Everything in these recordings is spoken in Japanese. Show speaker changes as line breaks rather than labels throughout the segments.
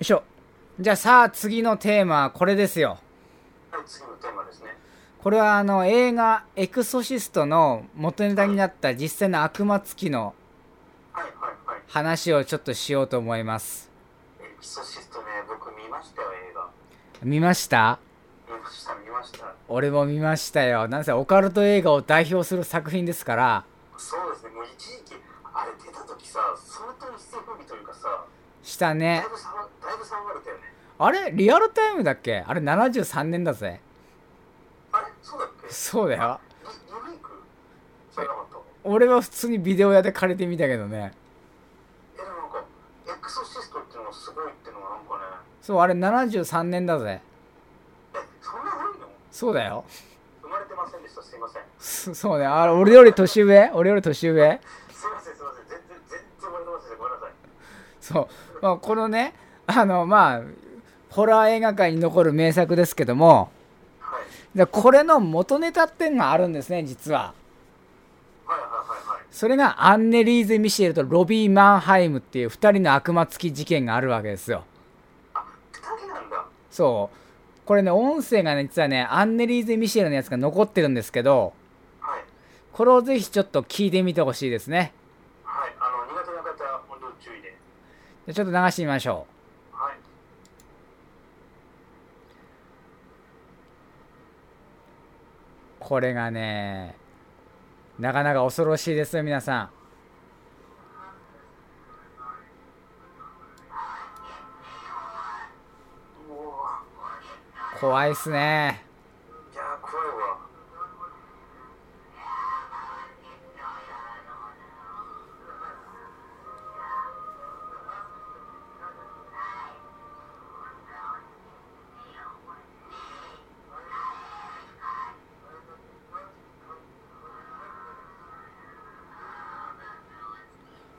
いしょじゃあさあ次のテーマはこれですよ
はい、次のテーマですね。
これはあの映画「エクソシスト」の元ネタになった実際の悪魔つきの
はいはいはい。
話をちょっとしようと思います
エクソシストね、僕見ましたよ、映画。
見ました
見ました、見ました。
俺も見ましたよなんせオカルト映画を代表する作品ですから
そうですね、もう一時期、あれ出た時さ、相当一世風靡というかさ、
した
だい
ね
ぶ騒だいぶ騒がれたよね。
あれリアルタイムだっけあれ73年だぜ
あれそうだっけリ
そうだよ
リメイクじゃなかった
俺は普通にビデオ屋で借りてみたけどね
え、でもなんか、エクソシストっていうのがすごいっていうのがなんかね、
そうあれ73年だぜ
え、そんな古いの
そうだよ
生まれてませんでした、すいません。
そそうねあれ俺より年上俺より年上
すいません、すいません、全然、全然生まれてませんでした、ごめんなさい。
そう、まあ、このねあのまあホラー映画界に残る名作ですけども
はい。
でこれの元ネタってのがあるんですね実は
はいはいはいはい。
それがアンネリーゼ・ミシェルとロビー・マンハイムっていう2人の悪魔付き事件があるわけですよ
あ、二人なんだ。
そうこれね音声がね実はねアンネリーゼ・ミシェルのやつが残ってるんですけど
はい。
これをぜひちょっと聞いてみてほしいですね
はい、あの苦手な方は本当注意で。
じゃあちょっと流してみましょう
はい。
これがねなかなか恐ろしいですよ皆さん
うわ
怖いっすね
いやー怖いわ。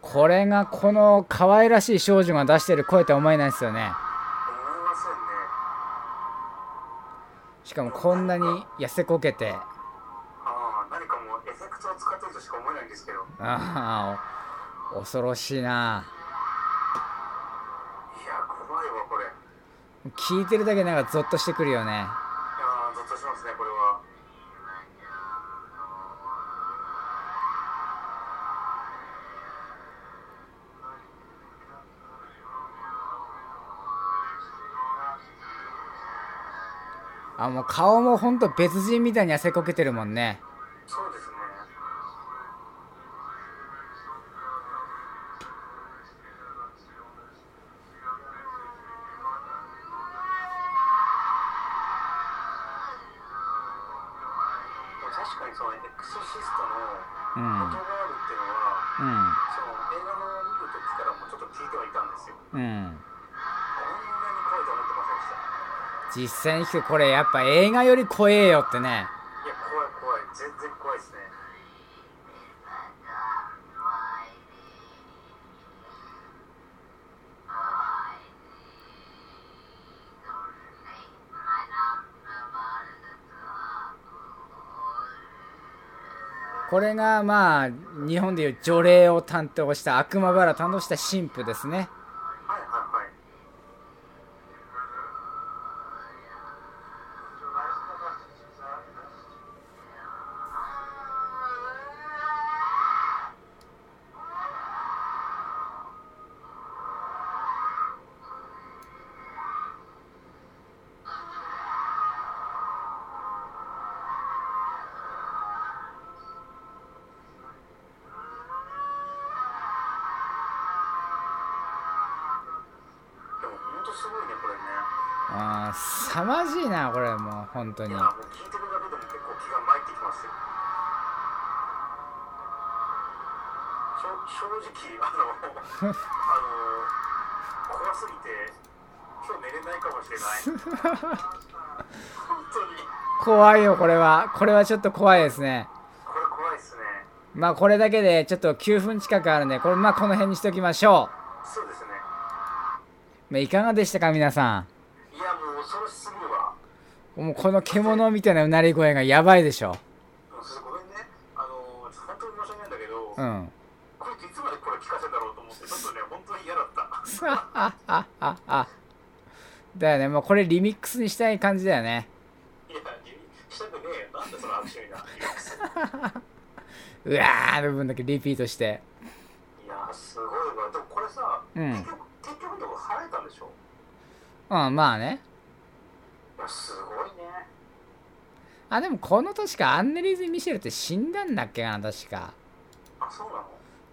これがこの可愛らしい少女が出してる声とは思えないですよね
思いませんね。
しかもこんなに痩せこけて
ああ、何かもうエフェクトを使ってるとしか思えないんですけど。い
ああお恐ろしいな
やー怖いわこれ。い
聞いてるだけなんかゾッとしてくるよね
やーゾッとしますねこれは。
あもう顔もほんと別人みたいに痩せこけてるもんね
そうですね。でも確かにそのエクソシストの
うん
音があるっていうのは。その映画の見る時からもちょっと聞いてはいたんですよ。こ
うんうん
んなに怖いと思ってませんでした。
実際に聞くこれやっぱ映画より怖えよってね
いや、怖い怖い。全然怖いですね。
これがまあ日本でいう除霊を担当した悪魔バラを担当した神父ですね
はいはいはい。でも本当すごいね、これね。
あー凄まじいなこれもう本当
い
に
や、もう聞いてるだけでも結構気が参ってきますよ。しょ正直、あの、あ の、怖すぎて、今日寝れないかもしれない。 本当に。
怖いよこれはこれはちょっと怖いですね
これ怖いですね。
まあこれだけでちょっと9分近くあるんでこれまあこの辺にしておきましょ
そうですね。
う、まあ、いかがでしたか皆さ
いや、もう恐ろしすぎるわ。
んもうこの獣みたいなうなり声がやばいでしょ
うんそれごめんね。あの、本当に申し訳ないんだけど、
うん
こいついつまでこれ聞かせたろうと思って、ちょっとね、本当に嫌だった。
あああああだよねもうこれリミックスにしたい感じだよね
いやしたくねえよなんでその悪趣味 なリミックス
うわーの部分だけリピートして
いやすごいわでもこれさ、
うん
結局結局のところ払えたんでしょ
うんまあね
いやすごいね
あでもこの確かアンネリーズ・ミシェルって死んだんだっけかな確か
あそうなの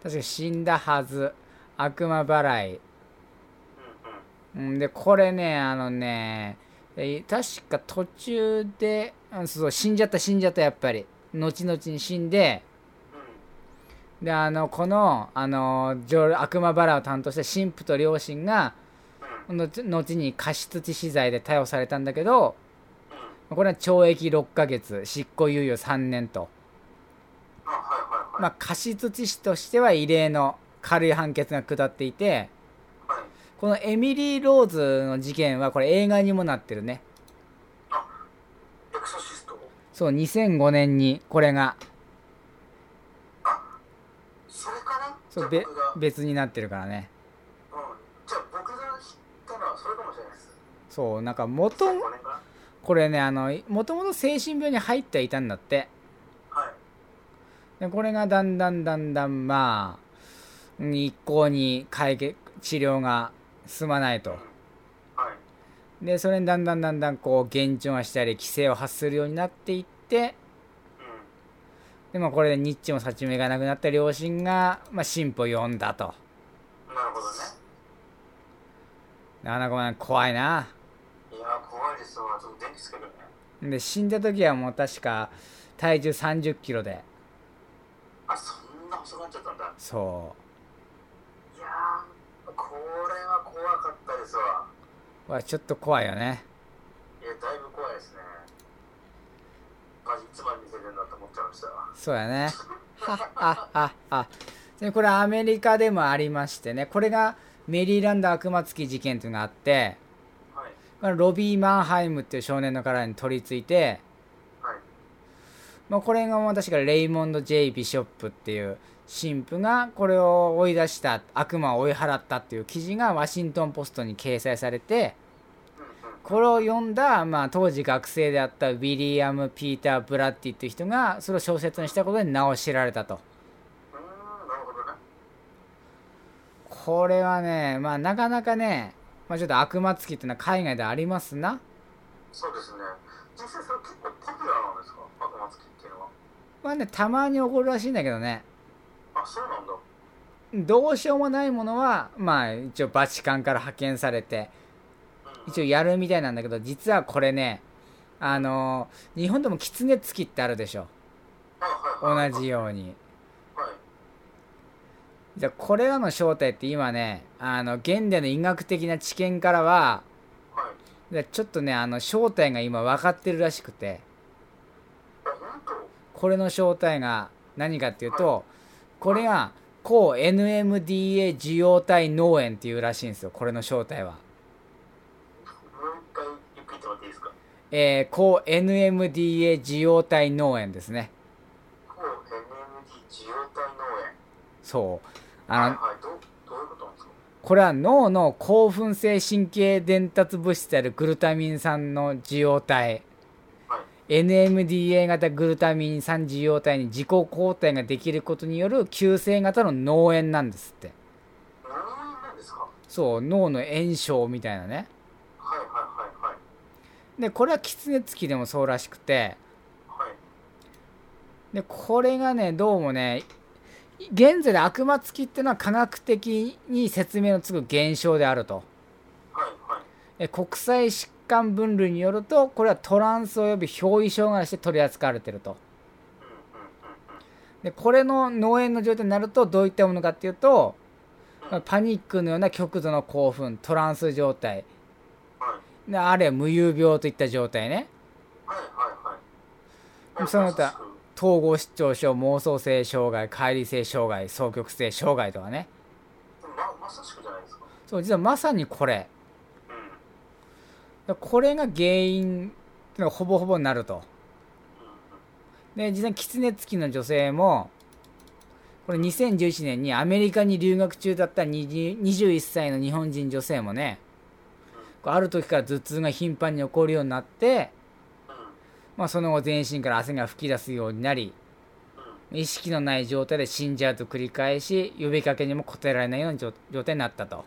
確か死んだはず悪魔払い
うんうん
うんでこれねあのねえ確か途中であそうそう死んじゃった死んじゃったやっぱり後々に死んで
う
であのこのあの女悪魔バラを担当した神父と両親が
んうん
後後に過失致死罪で逮捕されたんだけど
うん
これは懲役6ヶ月執行猶予3年と、
あはいはいはい
まあ、過失致死としては異例の軽い判決が下っていて
はい
このエミリー・ローズの事件はこれ映画にもなってるね
エクソシスト
そう2005年にこれが
それからじ
そ
ゃあ
うべ
僕が、うん、
別になってるからね
じゃあ僕が知ったのはそれかもしれないです
そうなんか元
5年か
これねあのもともと精神病に入っていたんだって
なはい
でこれがだんだんだんだんまあうん一向に解決治療が進まないと
はい
でそれにだんだんだんだんこう減調がしたり規制を発するようになっていって
う
でもこれでニッチもサチもいかなくなった両親が、まあ、進歩を呼んだと
んなるほどね
なかなかまあ怖いない
や怖いですわちょっと電気つけるね
で死んだ時はもう確か体重3 0キロで
あそんな細くなっちゃったんだ
そ
いやーこれは怖かったですわ
うわちょっと怖いよね
いやだいぶ怖いですねマジいつまで見せてんだと思っちゃいましたわ
そうやね。はっはっはっは。で、これアメリカでもありましてね、これがメリーランド悪魔付き事件というのがあって、
はい
このロビー・マンハイムっていう少年の体に取り付いて、
はい
まあ、これがもう確かレイモンド・ J ・ビショップっていう神父がこれを追い出した、悪魔を追い払ったっていう記事がワシントン・ポストに掲載されて、
うんうん
これを読んだ、まあ、当時学生であったウィリアム・ピーター・ブラッディっていう人がそれを小説にしたことで名を知られたと。
うーんなるほどね
これはね、まあなかなかね、まあちょっと悪魔つきってのは海外でありますな。
そうですね実際それ結構ポピュラーなんですか幕末期っていうのは
まあね、たまに起こるらしいんだけどね。
あそうなんだ
どうしようもないものは、まあ一応バチカンから派遣されて、
うん
一応やるみたいなんだけど、実はこれね、あのー日本でも狐つきってあるでしょ。同
はいはいはい
じように。
はい
じゃあこれらの正体って今ね、あの、現代の医学的な知見からは、
はい
でちょっとね、あの、正体が今分かってるらしくて。
あ本当
これの正体が何かっていうとこれが抗 NMDA 受容体脳炎っていうらしいんですよこれの正体は、
もう一回ゆっくり言ってもらっていいですか
えー、抗 NMDA 受容体脳炎ですね
こう NMD 受容体脳炎
そう
は
あ
い
の
はいどうどういうことなんですか
これは脳の興奮性神経伝達物質であるグルタミン酸の受容体
はい
NMDA 型グルタミン酸受容体に自己抗体ができることによる急性型の脳炎なんですって
脳炎なんですか
そう脳の炎症みたいなね
はいはいはいはい
でこれは狐つきでもそうらしくて
はい
でこれがねどうもね現在で悪魔つきってのは科学的に説明のつく現象であると
はいはい
え国際疾患分類によるとこれはトランスおよび憑依障害として取り扱われてると
うんうんうんうん
でこれの脳炎の状態になるとどういったものかっていうとまあパニックのような極度の興奮トランス状態
はい
であるいは無遊病といった状態ね
はいはいはい
その他
優しく
統合失調症妄想性障害乖離性障害双極性障害とかね
でもままさしくじゃないですか
そう実はまさにこれ
うんうん
これが原因ってのがほぼほぼになるとで実際に狐付きの女性もこれ2011年にアメリカに留学中だった20 21歳の日本人女性もねこうある時から頭痛が頻繁に起こるようになって、
うん
まあ、その後全身から汗が噴き出すようになり
うん
意識のない状態で死んじゃうと繰り返し呼びかけにも応えられないような状状態になったと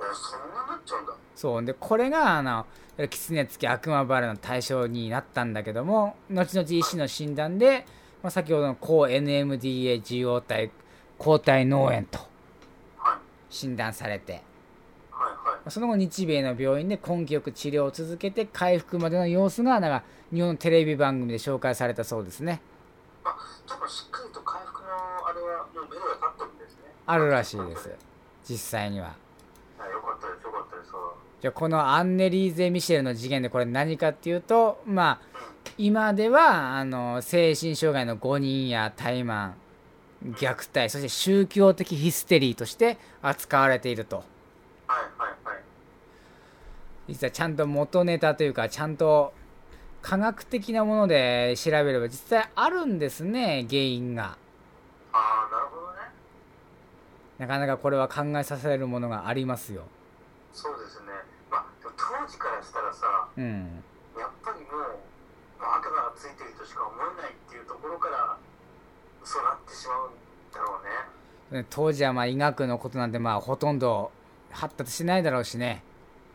えそんななっちゃうんだ
そうでこれがあの狐付き悪魔バラの対象になったんだけども後々医師の診断で、まあ、先ほどの抗 NMDA 受容体抗体脳炎と
はい
診断されて
はいはい
その後日米の病院で根気よく治療を続けて回復までの様子がなんか日本のテレビ番組で紹介されたそうですね
あだからしっかりと回復のあれはもう目処が立ってるんですね
あるらしいです実際には
はいよかったですよかったですそう
じゃあこのアンネリーゼ・ミシェルの次元でこれ何かっていうとまあ今ではあの精神障害の誤認や怠慢虐待そして宗教的ヒステリーとして扱われていると
はいはいはい
実はちゃんと元ネタというかちゃんと科学的なもので調べれば実際あるんですね原因が
ああなるほどね
なかなかこれは考えさせられるものがありますよ
そうですねまあでも当時からしたらさ
うん
やっぱりもうまあ悪魔がついてるとしか思えないっていうところからそうなってしまうんだろうね
当時はまあ医学のことなんてまあほとんど発達しないだろうしね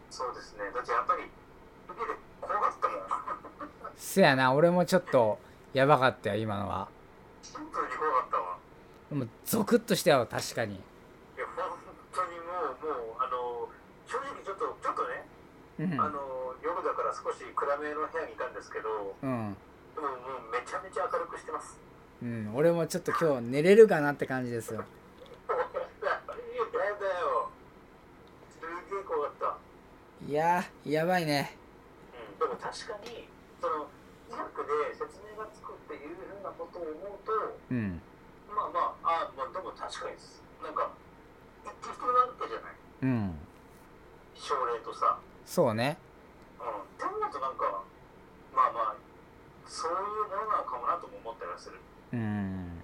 そうですねだってやっぱり受けて怖かったもん
せやな俺もちょっとやばかったよ今のは
シンプルに怖かったわ
でもゾクッとしたよ確かに
いや本当にもうもうあの正直ちょっとちょっとね
うん
あの夜だから少し暗めの部屋にいたんですけど、
うん、
でももうめちゃめちゃ明るくしてます。
うん、俺もちょっと今日寝れるかなって感じですよ
やだよ。すげえ怖かった。
いやーやばいね
うん、でも確かに、その、医学で説明がつくっていうふうなことを思うと、
うん
まあまあ、あまあ、でも確かにです。なんか、適当なわけじゃない。
うん
症例とさ。
そうね
うん。って思うとなんか、まあまあ、そういうものなのかもなとも思ったりはする。
うん
うん。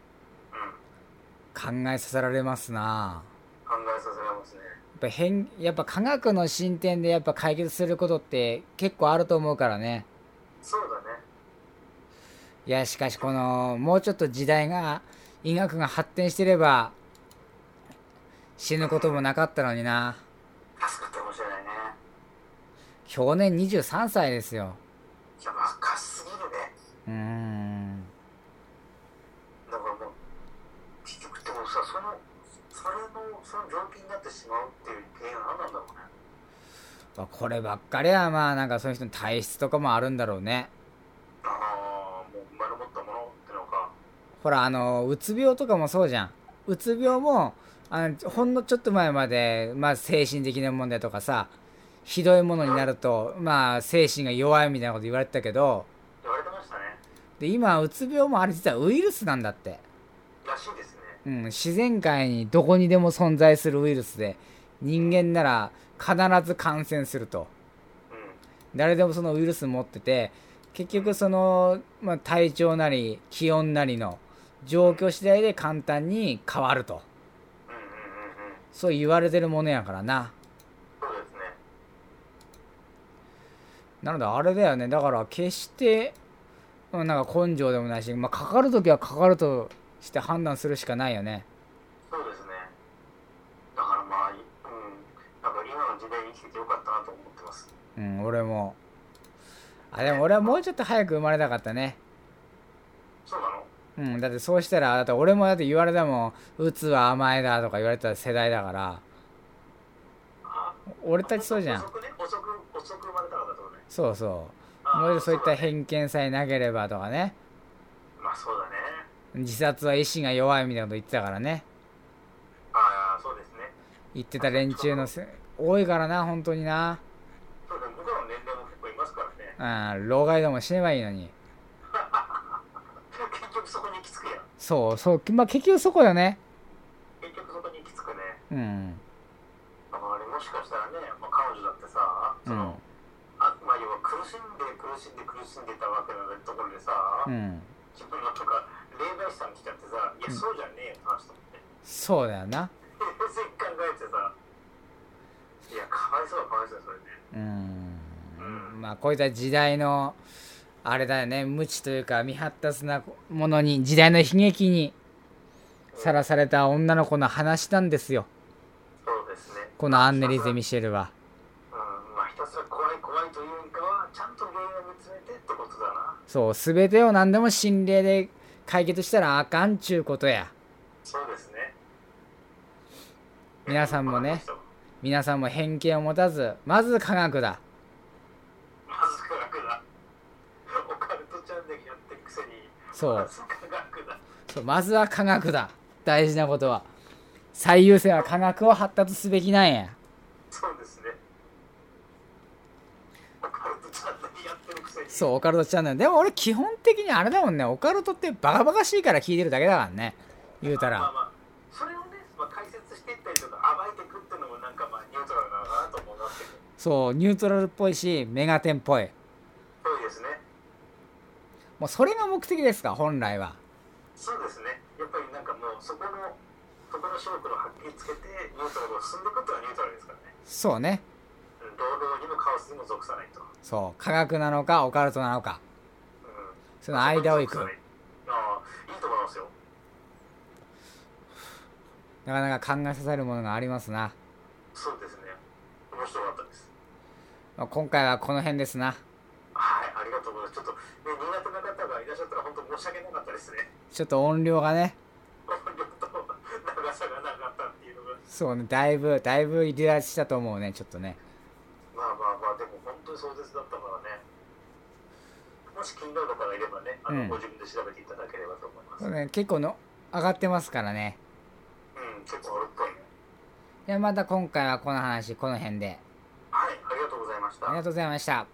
考えさせられますな
考えさせられますね。
やっぱ変やっぱ科学の進展でやっぱ解決することって結構あると思うからね
そうだね。
いやしかしこのもうちょっと時代が医学が発展してれば死ぬこともなかったのにな
助かったかもしれないね
去年23歳ですよ
いや若すぎるね
うーん
だからもう結局ってことさそのそれのその病気になってしまうっていう原因は何なんだろうね
まあこればっかりはまあなんかそういう人の体質とかもあるんだろうね
ああもう生まれ持ったものってのか
ほらあのうつ病とかもそうじゃんうつ病もあのほんのちょっと前まで、まあ、精神的な問題とかさひどいものになると、まあ、精神が弱いみたいなこと言われてたけど
言われてましたね
で今うつ病もあれ実はウイルスなんだって、
らしいですね
うん、自然界にどこにでも存在するウイルスで人間なら必ず感染すると
うん
誰でもそのウイルス持ってて結局その、まあ、体調なり気温なりの状況次第で簡単に変わると
うんうんうんうん
そう言われてるものやからな
そうですね
なのであれだよねだから決してうんなんか根性でもないし、まあ、かかる時はかかるとして判断するしかないよね
そうですねだからまあいうんなんか今の時代に生きててよかったなと思ってます
うん俺もあでも俺はもうちょっと早く生まれたかったね
そうなの
うんだってそうしたらだって俺もだって言われたもんうつは甘えだとか言われた世代だから
あ
俺たちそうじゃん
遅くね遅く遅く生まれたからだとね
そうそう
あー
もうちょっとそういった
だね
偏見さえなければとかね
まあそうだね
自殺は意志が弱いみたいなこと言ってたからね
ああそうですね
言ってた連中のせ多いからな本当にな
そうですね僕らの年齢も結構いますからね
うん老害でも死ねばいいのに
結局そこに行き着くやん
そうそうまあ結局そこよね
結局そこに行き着くね
うん
あのあれもしかしたらね、まあ、彼女だってさ
う
そ
ん
の、あまあ要は苦しんで苦しんで苦しんでたわけなところでさ、
うん
自分のとか霊媒師さん来ちゃってさいや
うん
そうじゃねえよ 話と思って
そうだよな
全然考えてさいやかわいいそうはかわいそうだそれね
うん
うん
まあこういった時代のあれだよね無知というか未発達なものに時代の悲劇にさらされた女の子の話なんですよ
そうですね
このアンネリーゼ・ミシェルは
うんまあひたすら怖い怖いというよりかはちゃんと原因を見つめてってことだな
そう全てを何でも心霊で解決したらあかんちゅうことや
そうですね
皆さんもね皆さんも偏見を持たずまず科学だ
まず科学だオカルトチャンネルやってるくせに
そう
まず科学だ
そうまずは科学だ大事なことは最優先は科学を発達すべきなんや
そうですねオカルトチャンネルやってるくせに
そうオカルトチャンネルでも俺基本的にあれだもんねオカルトってバカバカしいから聞いてるだけだからね言うた
まあ
ら
まあそれをね、まあ、解説していったりとか暴いていくっていうのもなんかまあニュートラルなのかなと思うなっていう
そうニュートラルっぽいしメガテンっぽい
そうですね
もうそれが目的ですか本来は
そうですねやっぱりなんかもうそこのそこの視力のはっきりつけてニュートラルを進んでいくっていうのはニュートラルですからね
そうね
うん労働にもカオスにも属さないと、うん、
そう科学なのかオカルトなのかその間を行く
属さないああいいと思いますよ
なかなか考えさせるものがありますな、
そうですね面白かったです
まあ、今回はこの辺ですな
はいありがとうございますちょっと、ね、苦手な方がいらっしゃったら本当申し訳なかったですね
ちょっと音量がね
音量と長さがなかったっていうのが
そうねだいぶだいぶ離脱したと思うねちょっとね
まあまあまあでも本当に壮絶だったからねもし気になる方がいればねあの、
うん
ご自分で調べていただければと思います
そう
うん、
ね結構の上がってますからね
結構あるっぽいね
ではまた今回はこの話この辺で
はいありがとうございました
ありがとうございました